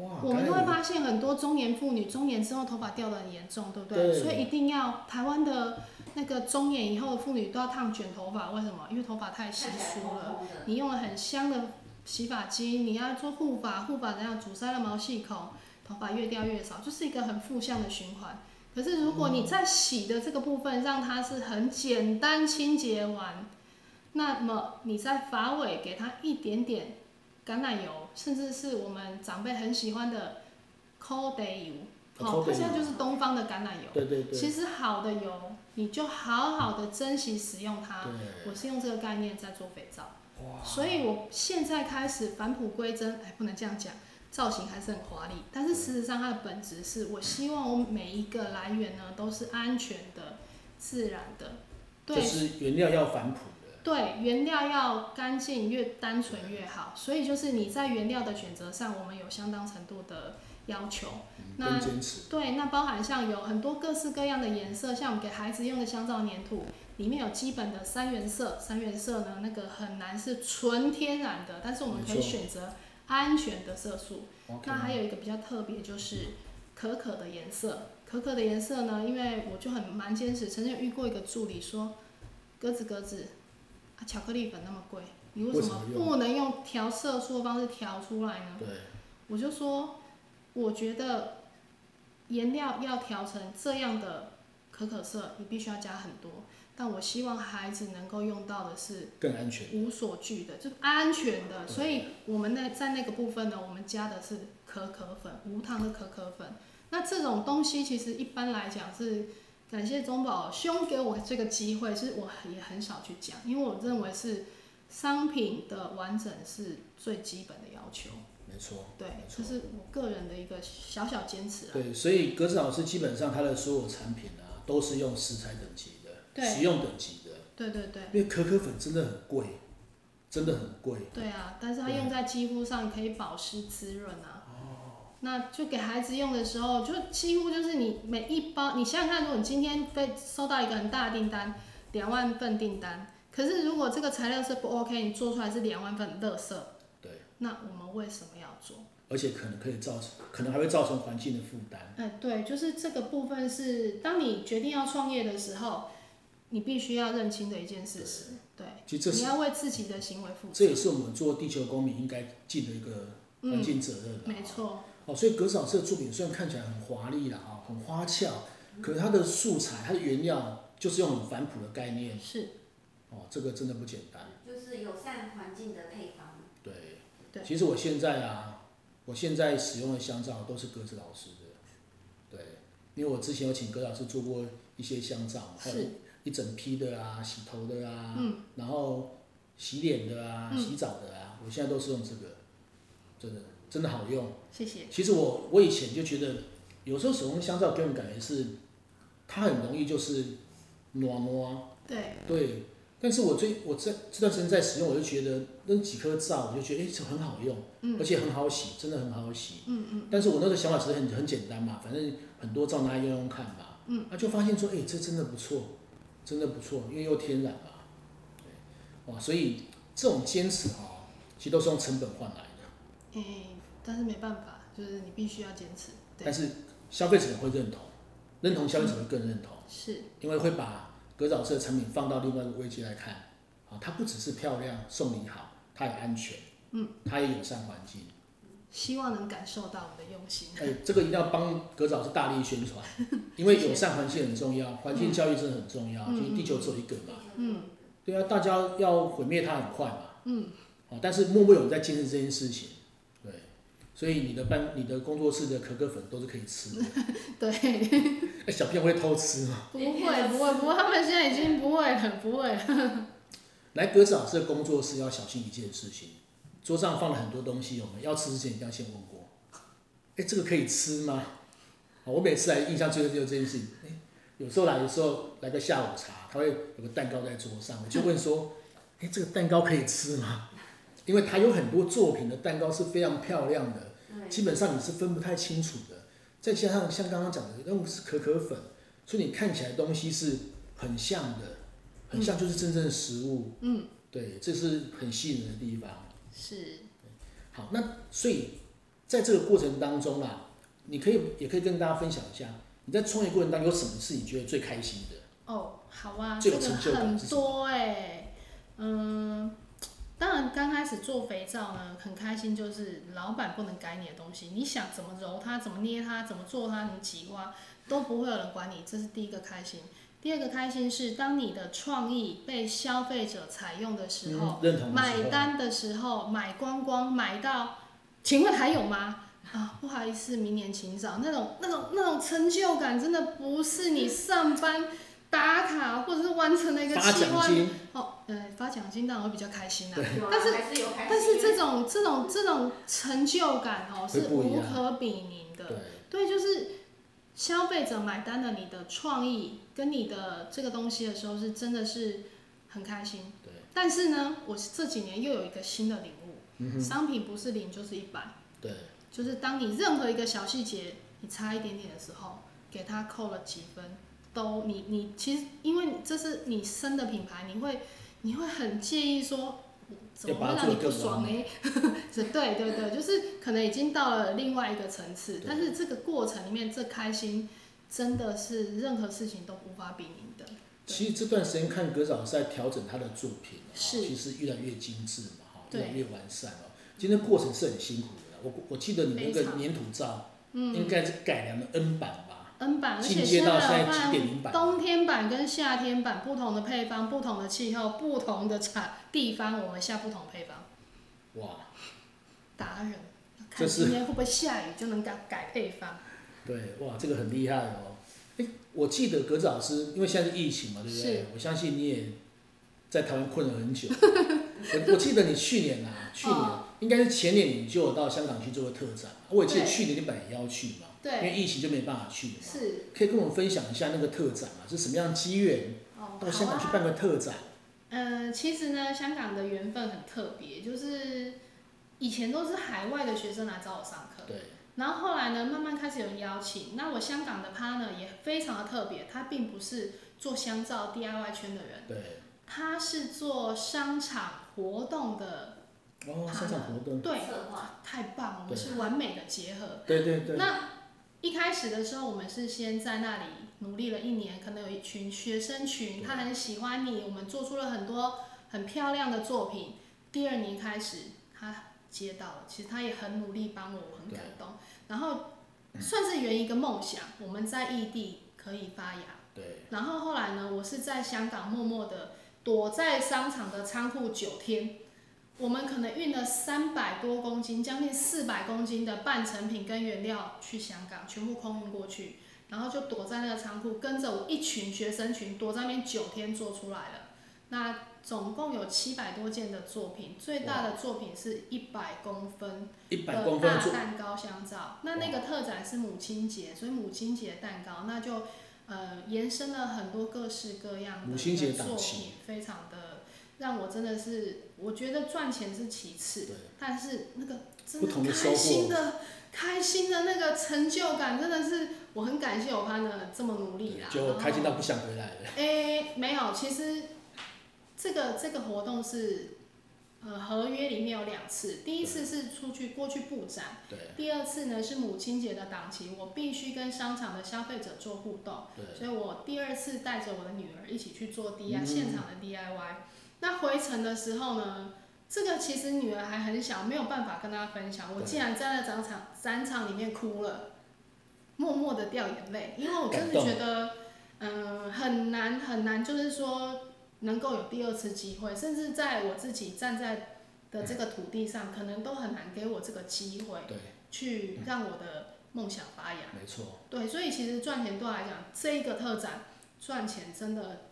[SPEAKER 1] 哇，
[SPEAKER 3] 我们都
[SPEAKER 1] 橄
[SPEAKER 3] 会
[SPEAKER 1] 榄油
[SPEAKER 3] 发现很多中年妇女中年之后头发掉的很严重，对不对？
[SPEAKER 1] 对
[SPEAKER 3] 所以一定要台湾的那个中年以后的妇女都要烫卷头发，为什么？因为头发太稀
[SPEAKER 2] 看起来
[SPEAKER 3] 疏
[SPEAKER 2] 蓬
[SPEAKER 3] 了。
[SPEAKER 2] 蓬的，
[SPEAKER 3] 你用了很香的洗发精，你要做护发，护发怎样阻塞了毛细孔，头发越掉越少，就是一个很负向的循环。可是如果你在洗的这个部分让它是很简单清洁完，那么你在发尾给它一点点橄榄油，甚至是我们长辈很喜欢的 c o d a y 油，
[SPEAKER 1] 哦
[SPEAKER 3] 哦，
[SPEAKER 1] ，Kobe
[SPEAKER 3] 它现在就是东方的橄榄油。
[SPEAKER 1] 对对对，
[SPEAKER 3] 其实好的油，你就好好的珍惜使用它。
[SPEAKER 1] 对，
[SPEAKER 3] 我是用这个概念在做肥皂。
[SPEAKER 1] 哇，
[SPEAKER 3] 所以啊我现在开始返璞归真，哎，不能这样讲，造型还是很华丽，但是事实上它的本质是我希望我每一个来源呢都是安全的、自然的，对、
[SPEAKER 1] 就是原料要反哺的，
[SPEAKER 3] 对，原料要干净，越单纯越好。所以就是你在原料的选择上，我们有相当程度的要求。
[SPEAKER 1] 嗯更
[SPEAKER 3] 那
[SPEAKER 1] 坚持，
[SPEAKER 3] 对，那包含像有很多各式各样的颜色，像我们给孩子用的香皂粘土，里面有基本的三原色，三原色呢那个很难是纯天然的，但是我们可
[SPEAKER 1] 没错
[SPEAKER 3] 以选择安全的色素。
[SPEAKER 1] OK，
[SPEAKER 3] 那还有一个比较特别就是可可的颜色，可可的颜色呢，因为我就很蛮坚持，曾经有遇过一个助理说，鸽子鸽子，啊巧克力粉那么贵，你为
[SPEAKER 1] 为
[SPEAKER 3] 什
[SPEAKER 1] 什
[SPEAKER 3] 么
[SPEAKER 1] 么用
[SPEAKER 3] 不能用调色素的方式调出来呢？
[SPEAKER 1] 对，
[SPEAKER 3] 我就说，我觉得颜料要调成这样的可可色，你必须要加很多。但我希望孩子能够用到的是
[SPEAKER 1] 更安全。
[SPEAKER 3] 无所惧的，就是安全的。
[SPEAKER 1] 对
[SPEAKER 3] 所以我们那在那个部分呢，我们加的是可可粉，无糖的可可粉。那这种东西其实一般来讲是感谢中宝兄给我这个机会，其实我也很少去讲，因为我认为是商品的完整是最基本的要求。
[SPEAKER 1] 没错，
[SPEAKER 3] 对
[SPEAKER 1] 没，
[SPEAKER 3] 这
[SPEAKER 1] 错。
[SPEAKER 3] 是我个人的一个小小坚持啊。
[SPEAKER 1] 对，所以格子老师基本上他的所有产品啊，都是用食材等级的，
[SPEAKER 3] 对
[SPEAKER 1] 食用等级的，
[SPEAKER 3] 对对对。
[SPEAKER 1] 因为可可粉真的很贵，真的很贵。
[SPEAKER 3] 对啊，但是它用在肌肤上可以保湿滋润啊。那就给孩子用的时候，就几乎就是你每一包，你想想看，如果你今天被收到一个很大的订单，两万份订单，可是如果这个材料是不 OK，你做出来是两万份垃圾，
[SPEAKER 1] 对，
[SPEAKER 3] 那我们为什么要做？
[SPEAKER 1] 而且可能可以造成，可能还会造成环境的负担。
[SPEAKER 3] 哎，对，就是这个部分是，当你决定要创业的时候，你必须要认清的一件事实，对，
[SPEAKER 1] 其实这
[SPEAKER 3] 你
[SPEAKER 1] 是
[SPEAKER 3] 要为自己的行为负责。
[SPEAKER 1] 这也是我们做地球公民应该尽的一个环境责任、啊
[SPEAKER 3] 嗯没。错，
[SPEAKER 1] 哦，所以格子老师的作品虽然看起来很华丽啦，哦，很花俏，
[SPEAKER 3] 嗯
[SPEAKER 1] 可是它的素材、它的原料就是用很返璞的概念，
[SPEAKER 3] 是。
[SPEAKER 1] 哦，这个真的不简单。
[SPEAKER 2] 就是友善环境的配方。
[SPEAKER 1] 对，
[SPEAKER 3] 对
[SPEAKER 1] 其实我现在啊，我现在使用的香皂都是格子老师的，对，因为我之前有请格子老师做过一些香皂，还有
[SPEAKER 3] 是
[SPEAKER 1] 一整批的啊，洗头的啊，
[SPEAKER 3] 嗯
[SPEAKER 1] 然后洗脸的啊，洗澡的啊，我现在都是用这个，真的真的好用。
[SPEAKER 3] 谢谢。
[SPEAKER 1] 其实我我以前就觉得，有时候手工香皂给我们感觉是，它很容易就是暖啊暖。
[SPEAKER 3] 对，
[SPEAKER 1] 对，但是我最我这这段时间在使用，我就觉得那几颗皂，我就觉得哎、诶这很好用，而且很好洗，真的很好洗。
[SPEAKER 3] 嗯嗯。
[SPEAKER 1] 但是我那时候想法其实很很简单嘛，反正很多皂拿来用用看吧。嗯。啊，就发现说，哎、这真的不错，真的不错，因为又天然嘛。对。哇，所以这种坚持哦，其实都是用成本换来的，
[SPEAKER 3] 诶、哎但是没办法，就是你必须要坚持。对
[SPEAKER 1] 但，是消费者会认同，认同消费者会更认同。
[SPEAKER 3] 是，
[SPEAKER 1] 因为会把格子老师的产品放到另外一个位置来看，啊，它不只是漂亮、送礼好，它也安全，嗯，它也友善环 境，
[SPEAKER 3] 希望能感受到我的用心。
[SPEAKER 1] 哎，这个一定要帮格子老师大力宣 传，因为友善环境很重要，环境教育真的很重要，
[SPEAKER 3] 嗯
[SPEAKER 1] 就是地球只有一个嘛，
[SPEAKER 2] 嗯，
[SPEAKER 1] 对啊，大家要毁灭它很快嘛，
[SPEAKER 3] 嗯，
[SPEAKER 1] 啊，但是默默有人在坚持这件事情，对，所以你的办、你的工作室的可可粉都是可以 吃的，
[SPEAKER 3] 对，
[SPEAKER 1] 哎，小朋友会偷吃吗？
[SPEAKER 3] 不会，不会，不会，他们现在已经不会了，不会了。
[SPEAKER 1] 来格子老师的工作室要小心一件事情，桌上放了很多东西，我们要吃之前一定要先问过，哎，这个可以吃吗？好我每次来印象最深就是这件事情。哎，有时候来的时候来个下午茶，他会有个蛋糕在桌上，我就问说，哎，这个蛋糕可以吃吗？因为他有很多作品的蛋糕是非常漂亮的，
[SPEAKER 2] 对，
[SPEAKER 1] 基本上你是分不太清楚的。再加上像刚刚讲的，那种是可可粉，所以你看起来东西是很像的，很像就是真正的食物。
[SPEAKER 3] 嗯，
[SPEAKER 1] 对，这是很吸引人的地方。
[SPEAKER 3] 是，
[SPEAKER 1] 好，那所以在这个过程当中啦，你可以也可以跟大家分享一下，你在创业过程当中有什么是你觉得最开心的？
[SPEAKER 3] 哦，好啊，
[SPEAKER 1] 最
[SPEAKER 3] 这
[SPEAKER 1] 有
[SPEAKER 3] 个
[SPEAKER 1] 成就感
[SPEAKER 3] 很
[SPEAKER 1] 是什么
[SPEAKER 3] 多哎、嗯，当然刚开始做肥皂呢，很开心，就是老板不能改你的东西，你想怎么揉它，怎么捏它，怎么做它，你挤花都不会有人管你，这是第一个开心。第二个开心是，当你的创意被消费者采用的时候，
[SPEAKER 1] 嗯、认同的时候
[SPEAKER 3] 买单的时候买光光买到，请问还有吗？啊，不好意思，明年请早。那种那种那种成就感，真的不是你上班打卡或者是完成了一个
[SPEAKER 1] 发
[SPEAKER 3] 期
[SPEAKER 1] 奖
[SPEAKER 3] 望。
[SPEAKER 1] 金，
[SPEAKER 3] 哦，呃，发奖金当然会比较开心啦、
[SPEAKER 2] 有啊
[SPEAKER 3] 但是
[SPEAKER 2] 还是有开心。
[SPEAKER 3] 哎但是这种这种这种成就感哦，
[SPEAKER 1] 会
[SPEAKER 3] 是
[SPEAKER 1] 不一
[SPEAKER 3] 无
[SPEAKER 1] 样
[SPEAKER 3] 可比拟的。
[SPEAKER 1] 对，
[SPEAKER 3] 对，就是消费者买单了你的创意跟你的这个东西的时候，是真的是很开心。
[SPEAKER 1] 对。
[SPEAKER 3] 但是呢，我这几年又有一个新的领悟，
[SPEAKER 1] 嗯哼，
[SPEAKER 3] 商品不是零就是一百，
[SPEAKER 1] 对，
[SPEAKER 3] 就是当你任何一个小细节你差一点点的时候，给它扣了几分，都你你其实因为这是你生的品牌，你会你会很介意说。怎么
[SPEAKER 1] 要把
[SPEAKER 3] 会
[SPEAKER 1] 它
[SPEAKER 3] 让你
[SPEAKER 1] 做
[SPEAKER 3] 不
[SPEAKER 1] 得更完
[SPEAKER 3] 爽呢？ 是对对对，就是可能已经到了另外一个层次
[SPEAKER 1] 对，
[SPEAKER 3] 但是这个过程里面，这开心真的是任何事情都无法比拟的。
[SPEAKER 1] 其实这段时间看格子老师在调整他的作品、哦，
[SPEAKER 3] 是
[SPEAKER 1] 其实越来越精致嘛，哈，越
[SPEAKER 3] 对
[SPEAKER 1] 来越完善哦。今天过程是很辛苦的啦，我我记得你那
[SPEAKER 3] 非
[SPEAKER 1] 个
[SPEAKER 3] 常嗯
[SPEAKER 1] 粘土皂应该是改良的 N 版吧，
[SPEAKER 3] N 版，而
[SPEAKER 1] 进
[SPEAKER 3] 且
[SPEAKER 1] 阶
[SPEAKER 3] 现
[SPEAKER 1] 到
[SPEAKER 3] 在
[SPEAKER 1] 现
[SPEAKER 3] 有
[SPEAKER 1] 在七
[SPEAKER 3] 分
[SPEAKER 1] 点零版。
[SPEAKER 3] 冬天版跟夏天版，不同的配方、不同的气候、不同的产地方，我们下不同配方。
[SPEAKER 1] 哇，
[SPEAKER 3] 达人，
[SPEAKER 1] 这
[SPEAKER 3] 看
[SPEAKER 1] 是
[SPEAKER 3] 今天会不会下雨就能改改配方。
[SPEAKER 1] 对，哇，这个很厉害哦。哎，我记得格子老师，因为现在是疫情嘛，对不对
[SPEAKER 3] 是？
[SPEAKER 1] 我相信你也在台湾困了很 久。我我记得你去年啊，去年、
[SPEAKER 3] 哦
[SPEAKER 1] 应该是前年，你就有到香港去做个特展。我也记得
[SPEAKER 3] 对
[SPEAKER 1] 去年你本来也要去嘛，因
[SPEAKER 3] 对，
[SPEAKER 1] 为疫情就没办法去了嘛。
[SPEAKER 3] 是
[SPEAKER 1] 可以跟我们分享一下那个特展啊，是什么样的机缘
[SPEAKER 3] 哦，
[SPEAKER 1] 到香港去
[SPEAKER 3] 好啊。
[SPEAKER 1] 办个特展？
[SPEAKER 3] 嗯，其实呢，香港的缘分很特别，就是以前都是海外的学生来找我上课，
[SPEAKER 1] 对，
[SPEAKER 3] 然后后来呢，慢慢开始有人邀请。那我香港的 partner 也非常的特别，他并不是做香皂 DIY 圈的人，
[SPEAKER 1] 对，
[SPEAKER 3] 他是做商场活动的，
[SPEAKER 1] 哦，商场活动，
[SPEAKER 3] 对，
[SPEAKER 2] 策划，
[SPEAKER 3] 太棒了，我
[SPEAKER 1] 对
[SPEAKER 3] 们是完美的结合。
[SPEAKER 1] 对对对，
[SPEAKER 3] 那一开始的时候，我们是先在那里努力了一年，可能有一群学生群，
[SPEAKER 1] 对
[SPEAKER 3] 他很喜欢你，我们做出了很多很漂亮的作品。第二年开始，他接到了，其实他也很努力帮我，我很感动。然后算是圆一个梦想，我们在异地可以发芽。
[SPEAKER 1] 对，
[SPEAKER 3] 然后后来呢，我是在香港默默的躲在商场的仓库九天，我们可能运了三百多公斤，将近四百公斤的半成品跟原料去香港，全部空运过去，然后就躲在那个仓库，跟着我一群学生群躲在那边九天做出来了。那总共有七百多件的作品，最大的作品是一百公分
[SPEAKER 1] 一百
[SPEAKER 3] 的
[SPEAKER 1] 公分
[SPEAKER 3] 大
[SPEAKER 1] 的做，
[SPEAKER 3] 蛋糕香皂。那那个特展是母亲节，所以母亲节蛋糕，那就呃延伸了很多各式各样的
[SPEAKER 1] 母亲节
[SPEAKER 3] 作
[SPEAKER 1] 档期
[SPEAKER 3] 品，非常的让我真的是，我觉得赚钱是其次，
[SPEAKER 1] 对，
[SPEAKER 3] 但是那个真
[SPEAKER 1] 不同的收
[SPEAKER 3] 开
[SPEAKER 1] 获
[SPEAKER 3] 心的。开心的那个成就感真的是，我很感谢我 p a 这么努力
[SPEAKER 1] 对
[SPEAKER 3] 啦。
[SPEAKER 1] 就
[SPEAKER 3] 然
[SPEAKER 1] 开心
[SPEAKER 3] 后
[SPEAKER 1] 到不想回来了。
[SPEAKER 3] 诶，没有，其实这个这个活动是，呃，合约里面有两次，第一次是出去过去布展，
[SPEAKER 1] 对
[SPEAKER 3] 第二次呢是母亲节的档期，我必须跟商场的消费者做互动，
[SPEAKER 1] 对，
[SPEAKER 3] 所以我第二次带着我的女儿一起去做 DI、
[SPEAKER 1] 嗯
[SPEAKER 3] 现场的 DIY。那回程的时候呢，这个其实女儿还很小，没有办法跟大家分享，我
[SPEAKER 1] 对
[SPEAKER 3] 竟然在那展场展场里面哭了，默默的掉眼泪，因为我真
[SPEAKER 1] 感
[SPEAKER 3] 的
[SPEAKER 1] 动
[SPEAKER 3] 觉得，嗯、很难很难，就是说能够有第二次机会，甚至在我自己站在的这个土地上，可能都很难给我这个机会。
[SPEAKER 1] 对，
[SPEAKER 3] 去让我的梦想发芽。
[SPEAKER 1] 没错，
[SPEAKER 3] 对，所以其实赚钱对我来讲，这一个特展赚钱真的，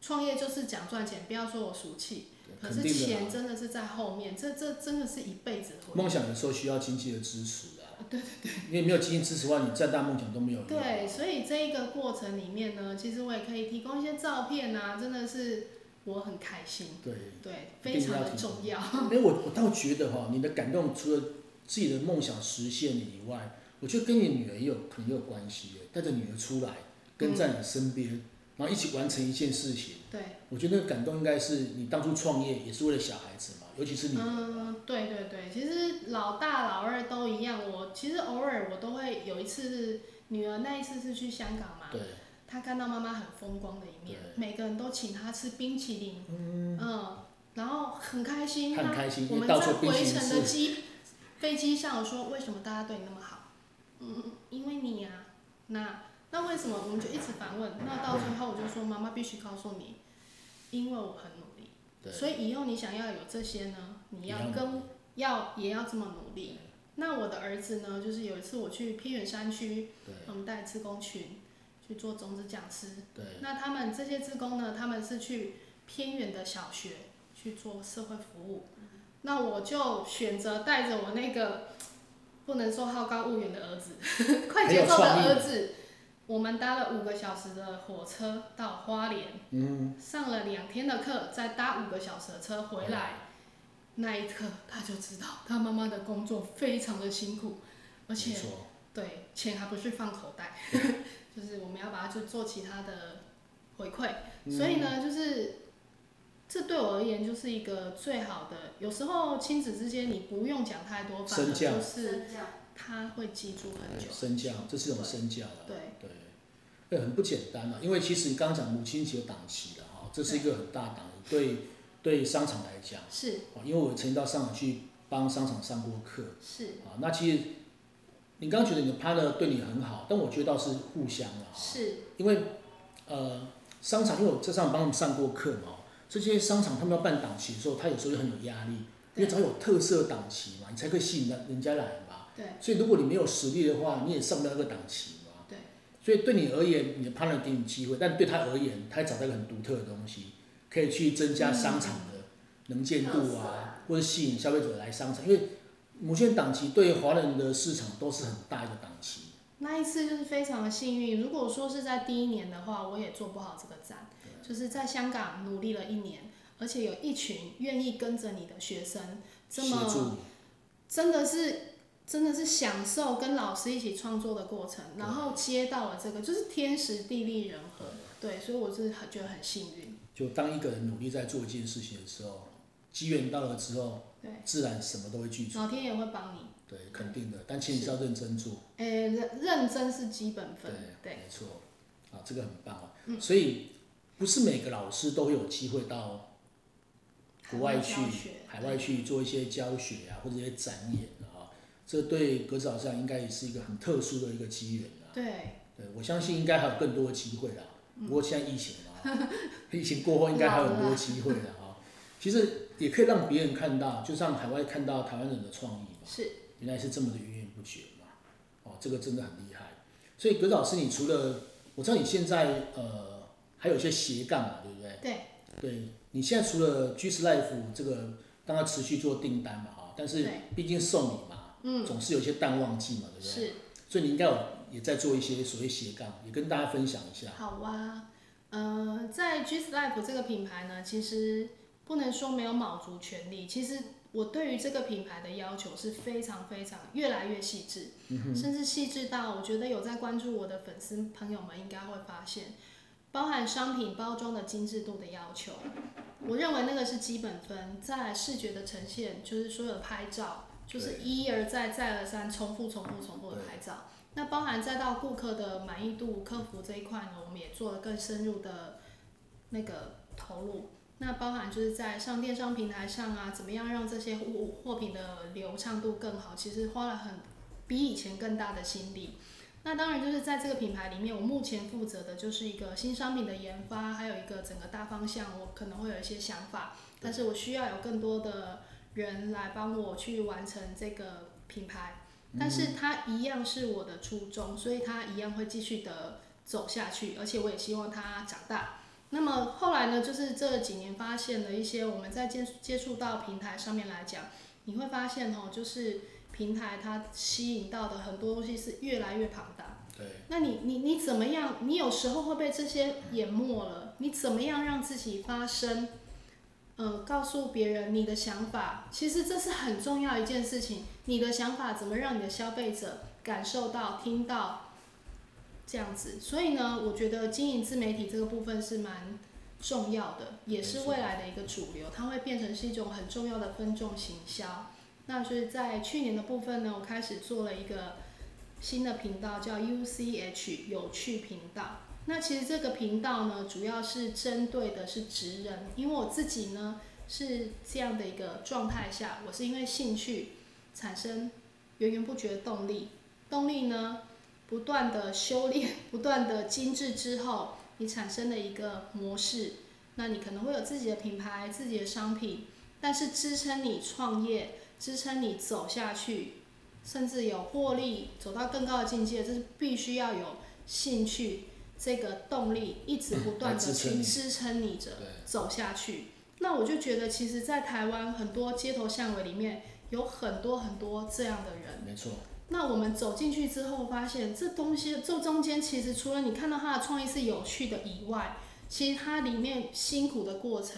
[SPEAKER 3] 创业就是讲赚钱，不要说我俗气，
[SPEAKER 1] 对
[SPEAKER 3] 可
[SPEAKER 1] 肯
[SPEAKER 3] 是
[SPEAKER 1] 定的
[SPEAKER 3] 钱
[SPEAKER 1] 啦。
[SPEAKER 3] 真的是在后面，这这真的是一辈子的回忆。
[SPEAKER 1] 梦想有时候需要经济的支持啊。对对对。因为没有经济支持的话，你再大梦想都没有用。
[SPEAKER 3] 对，所以这一个过程里面呢，其实我也可以提供一些照片啊，真的是我很开心，
[SPEAKER 1] 对。
[SPEAKER 3] 对，
[SPEAKER 1] 一定
[SPEAKER 3] 非常
[SPEAKER 1] 要
[SPEAKER 3] 的
[SPEAKER 1] 提供
[SPEAKER 3] 重要。
[SPEAKER 1] 哎，我我倒觉得哈，你的感动除了自己的梦想实现以外，我觉得跟你女儿也有可能也有关系耶。带着女儿出来，跟在你身边，然后一起完成一件事情，
[SPEAKER 3] 对，
[SPEAKER 1] 我觉得那个感动应该是你当初创业也是为了小孩子嘛，尤其是你。
[SPEAKER 3] 嗯，对对对，其实老大老二都一样。我其实偶尔我都会有一次是女儿那一次是去香港嘛，
[SPEAKER 1] 对
[SPEAKER 3] 她看到妈妈很风光的一面，每个人都请她吃冰淇淋，嗯然后很开心。
[SPEAKER 1] 她很
[SPEAKER 3] 那
[SPEAKER 1] 开心因为
[SPEAKER 3] 嗯我们
[SPEAKER 1] 到
[SPEAKER 3] 在
[SPEAKER 1] 处冰淇
[SPEAKER 3] 回
[SPEAKER 1] 淋
[SPEAKER 3] 程的
[SPEAKER 1] 吃
[SPEAKER 3] 机飞机上，我说为什么大家对你那么好？嗯，因为你呀、那那为什么？我们就一直反问。那到最后我就说，妈妈必须告诉你，因为我很努力。
[SPEAKER 1] 对。
[SPEAKER 3] 所以以后你想要有这些呢，你要
[SPEAKER 1] 一样的
[SPEAKER 3] 跟要也要这么努力。那我的儿子呢，就是有一次我去偏远山区，
[SPEAKER 1] 对
[SPEAKER 3] 我们带志工群去做种子讲师。
[SPEAKER 1] 对
[SPEAKER 3] 那他们这些志工呢，他们是去偏远的小学去做社会服务。那我就选择带着我那个不能说好高骛远的儿子， 快节奏的
[SPEAKER 1] 很有创意
[SPEAKER 3] 儿子，我们搭了五个小时的火车到花莲。
[SPEAKER 1] 嗯，
[SPEAKER 3] 上了两天的课，再搭五个小时的车回来，那一刻他就知道他妈妈的工作非常的辛苦，
[SPEAKER 1] 没
[SPEAKER 3] 而且
[SPEAKER 1] 错，
[SPEAKER 3] 对钱还不是放口袋，
[SPEAKER 1] 嗯
[SPEAKER 3] 就是我们要把它去做其他的回馈。所以
[SPEAKER 1] 嗯
[SPEAKER 3] 呢，就是这对我而言就是一个最好的。有时候亲子之间你不用讲太多，反而
[SPEAKER 1] 身教
[SPEAKER 3] 就是
[SPEAKER 2] 身教，
[SPEAKER 3] 他会记住很久。
[SPEAKER 1] 身教，这是一种身教啊。
[SPEAKER 3] 对
[SPEAKER 1] 对，对，很不简单啊。因为其实你刚刚讲母亲节档期了哈，这是一个很大档，对对商场来讲，
[SPEAKER 3] 是
[SPEAKER 1] 哦因为我曾经到商场去帮商场上过课
[SPEAKER 3] 是，
[SPEAKER 1] 啊，那其实你刚刚觉得你的 partner 对你很好，但我觉得倒是互相啊，
[SPEAKER 3] 是
[SPEAKER 1] 因为呃，商场因为我在上帮他们上过课嘛，哦这些商场他们要办档期的时候，他有时候就很有压力，因为
[SPEAKER 3] 对
[SPEAKER 1] 只要有特色档期嘛，你才可以吸引人人家来嘛。
[SPEAKER 3] 对
[SPEAKER 1] 所以如果你没有实力的话，你也上不了那个档期嘛。
[SPEAKER 3] 对。
[SPEAKER 1] 所以对你而言，你的 partner 给你机会，但对他而言，他找到一个很独特的东西，可以去增加商场的能见度
[SPEAKER 3] 嗯
[SPEAKER 1] 啊，或者吸引消费者来商场。因为母线档期对华人的市场都是很大一个档期。
[SPEAKER 3] 那一次就是非常的幸运。如果说是在第一年的话，我也做不好这个展，就是在香港努力了一年，而且有一群愿意跟着你的学生，这
[SPEAKER 1] 协
[SPEAKER 3] 么
[SPEAKER 1] 助你，
[SPEAKER 3] 真的是真的是享受跟老师一起创作的过程，然后接到了这个，就是天时地利人和。对，所以我是很觉得很幸运。
[SPEAKER 1] 就当一个人努力在做一件事情的时候，机缘到了之后，
[SPEAKER 3] 对，
[SPEAKER 1] 自然什么都会具足。
[SPEAKER 3] 老天也会帮你。
[SPEAKER 1] 对，肯定的，但请你是要认真做。
[SPEAKER 3] 诶，认认真是基本
[SPEAKER 1] 对
[SPEAKER 3] 分。，对，嗯
[SPEAKER 1] 没错，啊，这个很棒啊。所以不是每个老师都有机会到国外去
[SPEAKER 3] 海外教学
[SPEAKER 1] 海外去做一些教学啊，或者一些展演啊，这对格子老师来讲应该也是一个很特殊的一个机缘啊。
[SPEAKER 3] 对，
[SPEAKER 1] 对，我相信应该还有更多的机会啦。
[SPEAKER 3] 嗯
[SPEAKER 1] 不过现在疫情嘛，疫情过后应该还有很多机 会的啊。其实也可以让别人看到，就让海外看到台湾人的创意嘛，
[SPEAKER 3] 是
[SPEAKER 1] 原来是这么的源源不绝嘛。哦，这个真的很厉害。所以葛老师，你除了呃我知道你现在呃还有一些斜杠嘛，对不对？
[SPEAKER 3] 对，
[SPEAKER 1] 对你现在除了 G s Life 这个，当然持续做订单嘛啊，但是
[SPEAKER 3] 对
[SPEAKER 1] 毕竟送礼嘛，
[SPEAKER 3] 嗯，
[SPEAKER 1] 总是有一些淡旺季嘛，对不对？
[SPEAKER 3] 是。
[SPEAKER 1] 所以你应该有也在做一些所谓斜杠，也跟大家分享一下。
[SPEAKER 3] 好啊，呃，在 G s Life 这个品牌呢，其实不能说没有卯足全力，其实我对于这个品牌的要求是非常非常越来越细致，甚至细致到我觉得有在关注我的粉丝朋友们应该会发现，包含商品包装的精致度的要求，我认为那个是基本分，在视觉的呈现，就是所有的拍照。就是
[SPEAKER 1] 对
[SPEAKER 3] 一而再、再而三、重复、重复、重复的拍照，那包含再到顾客的满意度、客服这一块呢，我们也做了更深入的那个投入。那包含就是在上电商平台上啊，怎么样让这些物货品的流畅度更好，其实花了很比以前更大的心力。那当然就是在这个品牌里面，我目前负责的就是一个新商品的研发，还有一个整个大方向，我可能会有一些想法，但是我需要有更多的人来帮我去完成这个品牌。但是它一样是我的初衷，所以它一样会继续的走下去，而且我也希望它长大。那么后来呢，就是这几年发现了一些我们在接接触到平台上面来讲，你会发现哦，就是平台它吸引到的很多东西是越来越庞大。
[SPEAKER 1] 对，
[SPEAKER 3] 那你你你怎么样？你有时候会被这些淹没了，你怎么样让自己发声？呃，告诉别人你的想法，其实这是很重要一件事情。你的想法怎么让你的消费者感受到、听到这样子？所以呢，我觉得经营自媒体这个部分是蛮重要的，也是
[SPEAKER 1] 没错
[SPEAKER 3] 未来的一个主流，它会变成是一种很重要的分众行销。那就是在去年的部分呢，我开始做了一个新的频道叫 UCH 有趣频道。那其实这个频道呢，主要是针对的是职人，因为我自己呢是这样的一个状态下，我是因为兴趣产生源源不绝的动力，动力呢不断的修炼，不断的精致之后，你产生了一个模式，那你可能会有自己的品牌、自己的商品，但是支撑你创业、支撑你走下去，甚至有获利，走到更高的境界，这是必须要有兴趣这个动力，一直不断的
[SPEAKER 1] 来支撑
[SPEAKER 3] 去
[SPEAKER 1] 你
[SPEAKER 3] 支撑你着
[SPEAKER 1] 对
[SPEAKER 3] 走下去。那我就觉得，其实，在台湾很多街头巷尾里面，有很多很多这样的人。
[SPEAKER 1] 没错，
[SPEAKER 3] 那我们走进去之后，发现这东西这中间其实除了你看到它的创意是有趣的以外，其实它里面辛苦的过程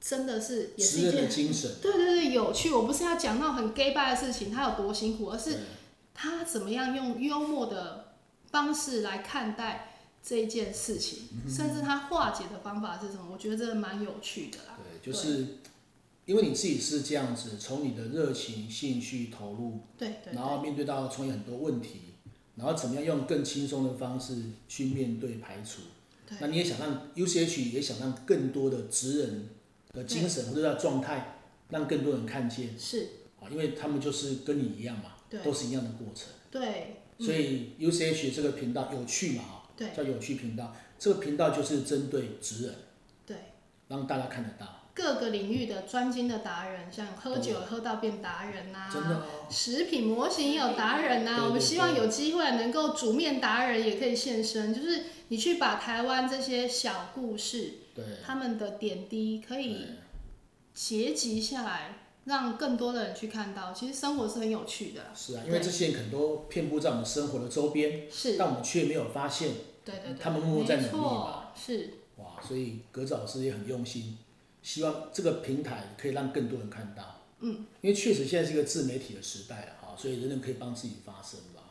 [SPEAKER 3] 真的是也是
[SPEAKER 1] 职
[SPEAKER 3] 一
[SPEAKER 1] 人的
[SPEAKER 3] 件
[SPEAKER 1] 精神。
[SPEAKER 3] 对对对有趣。我不是要讲到很 gay bye 的事情，它有多辛苦，而是
[SPEAKER 1] 对
[SPEAKER 3] 他怎么样用幽默的方式来看待这一件事情，
[SPEAKER 1] 嗯
[SPEAKER 3] 甚至他化解的方法是什么？我觉得这蛮有趣的啦。
[SPEAKER 1] 对，就是因为你自己是这样子，从你的热情、兴趣投入，
[SPEAKER 3] 对对
[SPEAKER 1] 然后面对到创业很多问题，然后怎么样用更轻松的方式去面对排除。
[SPEAKER 3] 对
[SPEAKER 1] 那你也想让 UCH 也想让更多的职人的精神或者叫状态，让更多人看见哦
[SPEAKER 3] 是
[SPEAKER 1] 啊，因为他们就是跟你一样嘛，
[SPEAKER 3] 对
[SPEAKER 1] 都是一样的过程。
[SPEAKER 3] 对
[SPEAKER 1] 所以 UCH 这个频道有趣嘛啊，
[SPEAKER 3] 对
[SPEAKER 1] 叫有趣频道，这个频道就是针对职人，
[SPEAKER 3] 对，
[SPEAKER 1] 让大家看得到，
[SPEAKER 3] 各个领域的专精的达人，像喝酒喝到变达人呐、
[SPEAKER 1] 真的哦。
[SPEAKER 3] 食品模型也有达人呐、
[SPEAKER 1] 对对
[SPEAKER 3] 我们希望
[SPEAKER 1] 对
[SPEAKER 3] 有机会能够煮面达人也可以现身，就是你去把台湾这些小故事，
[SPEAKER 1] 对，
[SPEAKER 3] 他们的点滴可以
[SPEAKER 1] 对
[SPEAKER 3] 结集下来，让更多的人去看到，其实生活是很有趣的啦，
[SPEAKER 1] 是啊，因为这些人可能都遍布在我们生活的周边，
[SPEAKER 3] 是，
[SPEAKER 1] 但我们却没有发现，
[SPEAKER 3] 对对对，
[SPEAKER 1] 他们默默在努力
[SPEAKER 3] 没错
[SPEAKER 1] 吧，
[SPEAKER 3] 是，
[SPEAKER 1] 哇，所以格子老师也很用心，希望这个平台可以让更多人看到。嗯，因为确实现在是一个自媒体的时代了哈，所以人人可以帮自己发声吧。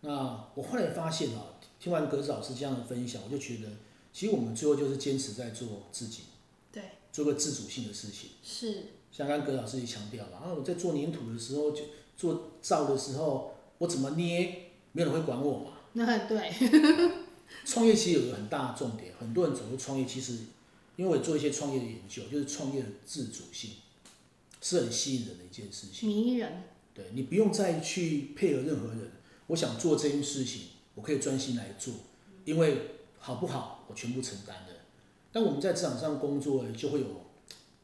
[SPEAKER 1] 那我后来发现啊，听完格子老师这样的分享，我就觉得，其实我们最后就是坚持在做自己，
[SPEAKER 3] 对，
[SPEAKER 1] 做个自主性的事情。
[SPEAKER 3] 是，
[SPEAKER 1] 像刚刚葛老师也强调了，啊，我在做粘土的时候，就做造的时候，我怎么捏，没有人会管我嘛。
[SPEAKER 3] 那对，
[SPEAKER 1] 创业其实有一个很大的重点，很多人走入创业，其实因为我也做一些创业的研究，就是创业的自主性是很吸引人的一件事情。
[SPEAKER 3] 迷人，
[SPEAKER 1] 对你不用再去配合任何人，我想做这件事情，我可以专心来做，因为好不好我全部承担了。但我们在职场上工作，就会有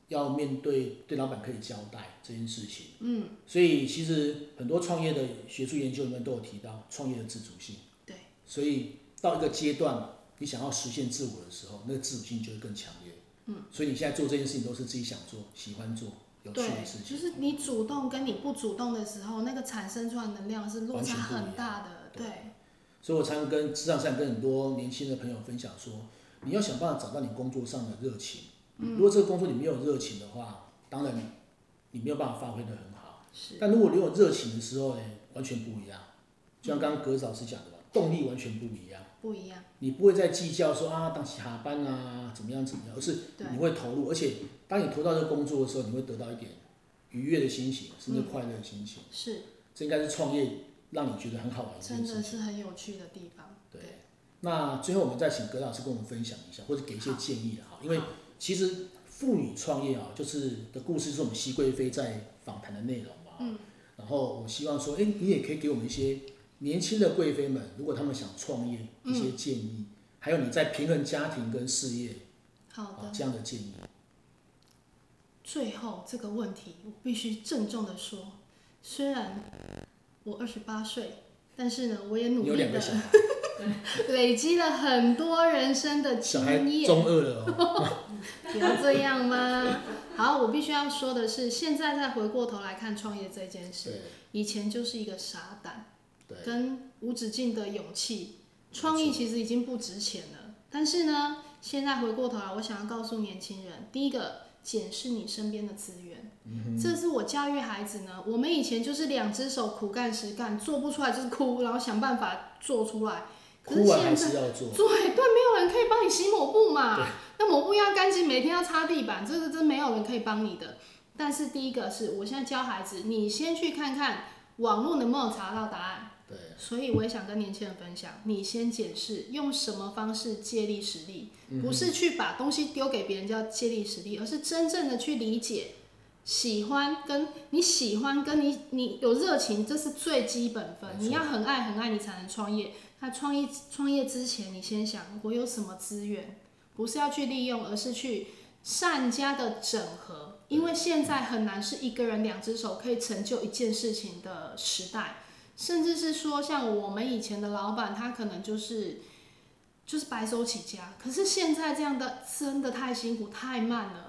[SPEAKER 1] 要面对对老板可以交代这件事情。嗯，所以其实很多创业的学术研究里面都有提到创业的自主性。
[SPEAKER 3] 对，
[SPEAKER 1] 所以到一个阶段，你想要实现自我的时候，那个自主性就会更强烈。嗯，所以你现在做这件事情都是自己想做、喜欢做、有趣
[SPEAKER 3] 对
[SPEAKER 1] 的事，情。
[SPEAKER 3] 就是你主动跟你不主动的时候，那个产生出来的能量是落差很大的，
[SPEAKER 1] 完全不一
[SPEAKER 3] 对
[SPEAKER 1] 样，所以我常常跟职场上跟很多年轻的朋友分享说，你要想办法找到你工作上的热情。
[SPEAKER 3] 嗯
[SPEAKER 1] 如果这个工作你没有热情的话，当然你没有办法发挥的很好。
[SPEAKER 3] 是，
[SPEAKER 1] 但如果你有热情的时候呢，哎完全不一样。就像刚刚格子老师讲的嘛，动力完全不一样。
[SPEAKER 3] 不一样，
[SPEAKER 1] 你不会再计较说啊，当时下班啊，怎么样怎么样，而是
[SPEAKER 3] 对
[SPEAKER 1] 你会投入，而且当你投入到这个工作的时候，你会得到一点愉悦的心情，甚
[SPEAKER 3] 嗯
[SPEAKER 1] 至快乐的心情。
[SPEAKER 3] 是，
[SPEAKER 1] 这应该是创业让你觉得很好玩的一件
[SPEAKER 3] 真
[SPEAKER 1] 事情
[SPEAKER 3] 的。是很有趣的地方，
[SPEAKER 1] 对，那最后我们再请葛老师跟我们分享一下，或者给一些建议啊，因为
[SPEAKER 3] 好
[SPEAKER 1] 其实妇女创业啊，就是的故事是我们熹贵妃在访谈的内容嘛。嗯。然后我希望说，哎，你也可以给我们一些年轻的贵妃们，如果她们想创业一些建议，
[SPEAKER 3] 嗯
[SPEAKER 1] 还有你在平衡家庭跟事业
[SPEAKER 3] 好的
[SPEAKER 1] 啊。这样的建议。
[SPEAKER 3] 最后这个问题，我必须郑重的说，虽然我二十八岁，但是呢，我也
[SPEAKER 1] 你
[SPEAKER 3] 努
[SPEAKER 1] 有
[SPEAKER 3] 力
[SPEAKER 1] 两个
[SPEAKER 3] 的
[SPEAKER 1] 小孩，
[SPEAKER 3] 累积了很多人生的
[SPEAKER 1] 小
[SPEAKER 3] 经
[SPEAKER 1] 孩
[SPEAKER 3] 验。
[SPEAKER 1] 中二了哦。
[SPEAKER 3] 不要这样吗？ 好，我必须要说的是，现在再回过头来看创业这件事，
[SPEAKER 1] 对
[SPEAKER 3] 以前就是一个傻蛋，
[SPEAKER 1] 对
[SPEAKER 3] 跟无止境的勇气。
[SPEAKER 1] 没错
[SPEAKER 3] 创意其实已经不值钱了，但是呢，现在回过头来，我想要告诉年轻人，第一个，检视你身边的资源。这是我教育孩子呢，我们以前就是两只手苦干实干，做不出来就是哭，然后想办法做出来。可是
[SPEAKER 1] 哭完还
[SPEAKER 3] 现在
[SPEAKER 1] 是要做。
[SPEAKER 3] 对对，没有人可以帮你洗抹布嘛。那抹布要干净，每天要擦地板，这个真没有人可以帮你的。但是第一个是我现在教孩子，你先去看看网络能不能查到答案。
[SPEAKER 1] 对，
[SPEAKER 3] 所以我也想跟年轻人分享，你先检视用什么方式借力使力，
[SPEAKER 1] 嗯
[SPEAKER 3] 不是去把东西丢给别人叫借力使力，而是真正的去理解。喜欢跟你喜欢跟你你有热情，这是最基本分。
[SPEAKER 1] 没错
[SPEAKER 3] 你要很爱很爱你才能创业。那创业创业之前，你先想我有什么资源，不是要去利用，而是去善加的整合。因为现在很难是一个人两只手可以成就一件事情的时代，甚至是说像我们以前的老板，他可能就是就是白手起家，可是现在这样的真的太辛苦太慢了。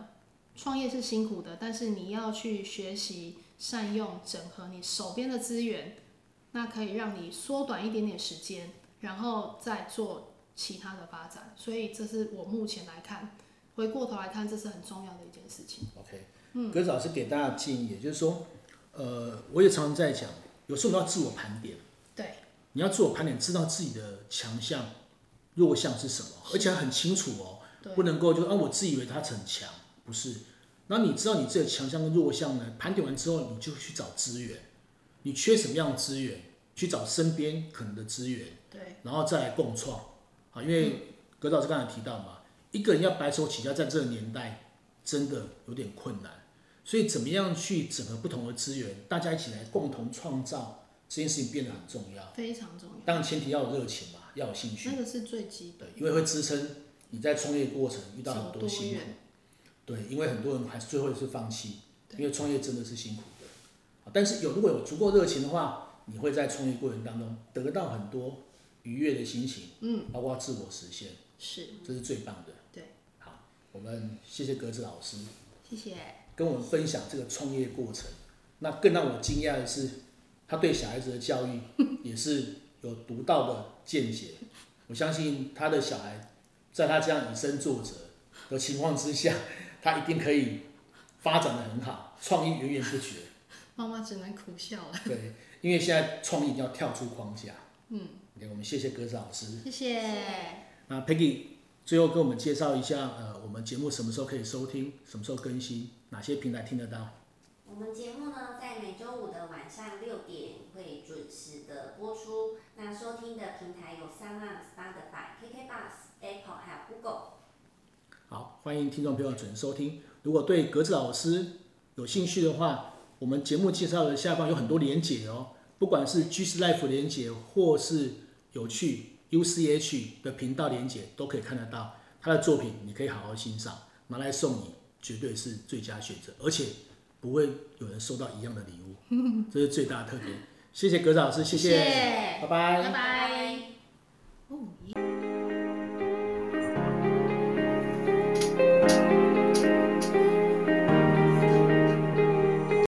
[SPEAKER 3] 创业是辛苦的，但是你要去学习善用整合你手边的资源，那可以让你缩短一点点时间，然后再做其他的发展。所以这是我目前来看，回过头来看，这是很重要的一件事情。
[SPEAKER 1] OK，格子老师给大家的建议，也就是说，呃，我也常常在讲，有时候我们要自我盘点，
[SPEAKER 3] 对，
[SPEAKER 1] 你要自我盘点，知道自己的强项、弱项是什么，而且很清楚哦，
[SPEAKER 3] 对
[SPEAKER 1] 不能够就啊，我自以为他很强，不是。那你知道你自己的强项跟弱项呢？盘点完之后，你就去找资源，你缺什么样的资源，去找身边可能的资源，
[SPEAKER 3] 对，
[SPEAKER 1] 然后再来共创啊。因为格子老师刚才提到嘛，一个人要白手起家，在这个年代真的有点困难，所以怎么样去整合不同的资源，大家一起来共同创造这件事情变得很重要。
[SPEAKER 3] 非常重要，
[SPEAKER 1] 当然前提要有热情嘛，要有兴趣
[SPEAKER 3] 那，个是最基
[SPEAKER 1] 对，因为会支撑你在创业过程遇到很
[SPEAKER 3] 走
[SPEAKER 1] 多辛苦，
[SPEAKER 3] 远，
[SPEAKER 1] 对，因为很多人还是最后是放弃，
[SPEAKER 3] 对
[SPEAKER 1] 因为创业真的是辛苦的。啊但是有如果有足够热情的话，你会在创业过程当中得到很多愉悦的心情，
[SPEAKER 3] 嗯，
[SPEAKER 1] 包括自我实现，
[SPEAKER 3] 是，
[SPEAKER 1] 这是最棒的。
[SPEAKER 3] 对，
[SPEAKER 1] 好，我们谢谢格子老师。
[SPEAKER 3] 谢谢。
[SPEAKER 1] 跟我们分享这个创业过程。那更让我惊讶的是，他对小孩子的教育也是有独到的见解。我相信他的小孩，在他这样以身作则的情况之下， 他一定可以发展的很好，创意源源不绝。
[SPEAKER 3] 妈妈只能苦笑了，
[SPEAKER 1] 对，因为现在创意要跳出框架。嗯，OK，我们谢谢格子老师。
[SPEAKER 3] 谢谢。
[SPEAKER 1] 那 Peggy 最后跟我们介绍一下，呃，我们节目什么时候可以收听，什么时候更新，哪些平台听得到？
[SPEAKER 2] 我们节目呢，在每周五的晚上六点会准时的播出。那收听的平台有三浪、Spotify、KKBox、Apple 还有 Google。
[SPEAKER 1] 好，欢迎听众朋友准时收听。如果对格子老师有兴趣的话，我们节目介绍的下方有很多连结哦，不管是 G s Life 连结或是有趣 UCH 的频道连结，都可以看得到他的作品，你可以好好欣赏，拿来送你绝对是最佳选择，而且不会有人收到一样的礼物，这是最大的特点。谢谢格子老师，谢
[SPEAKER 3] 谢谢
[SPEAKER 1] 拜拜
[SPEAKER 3] 拜拜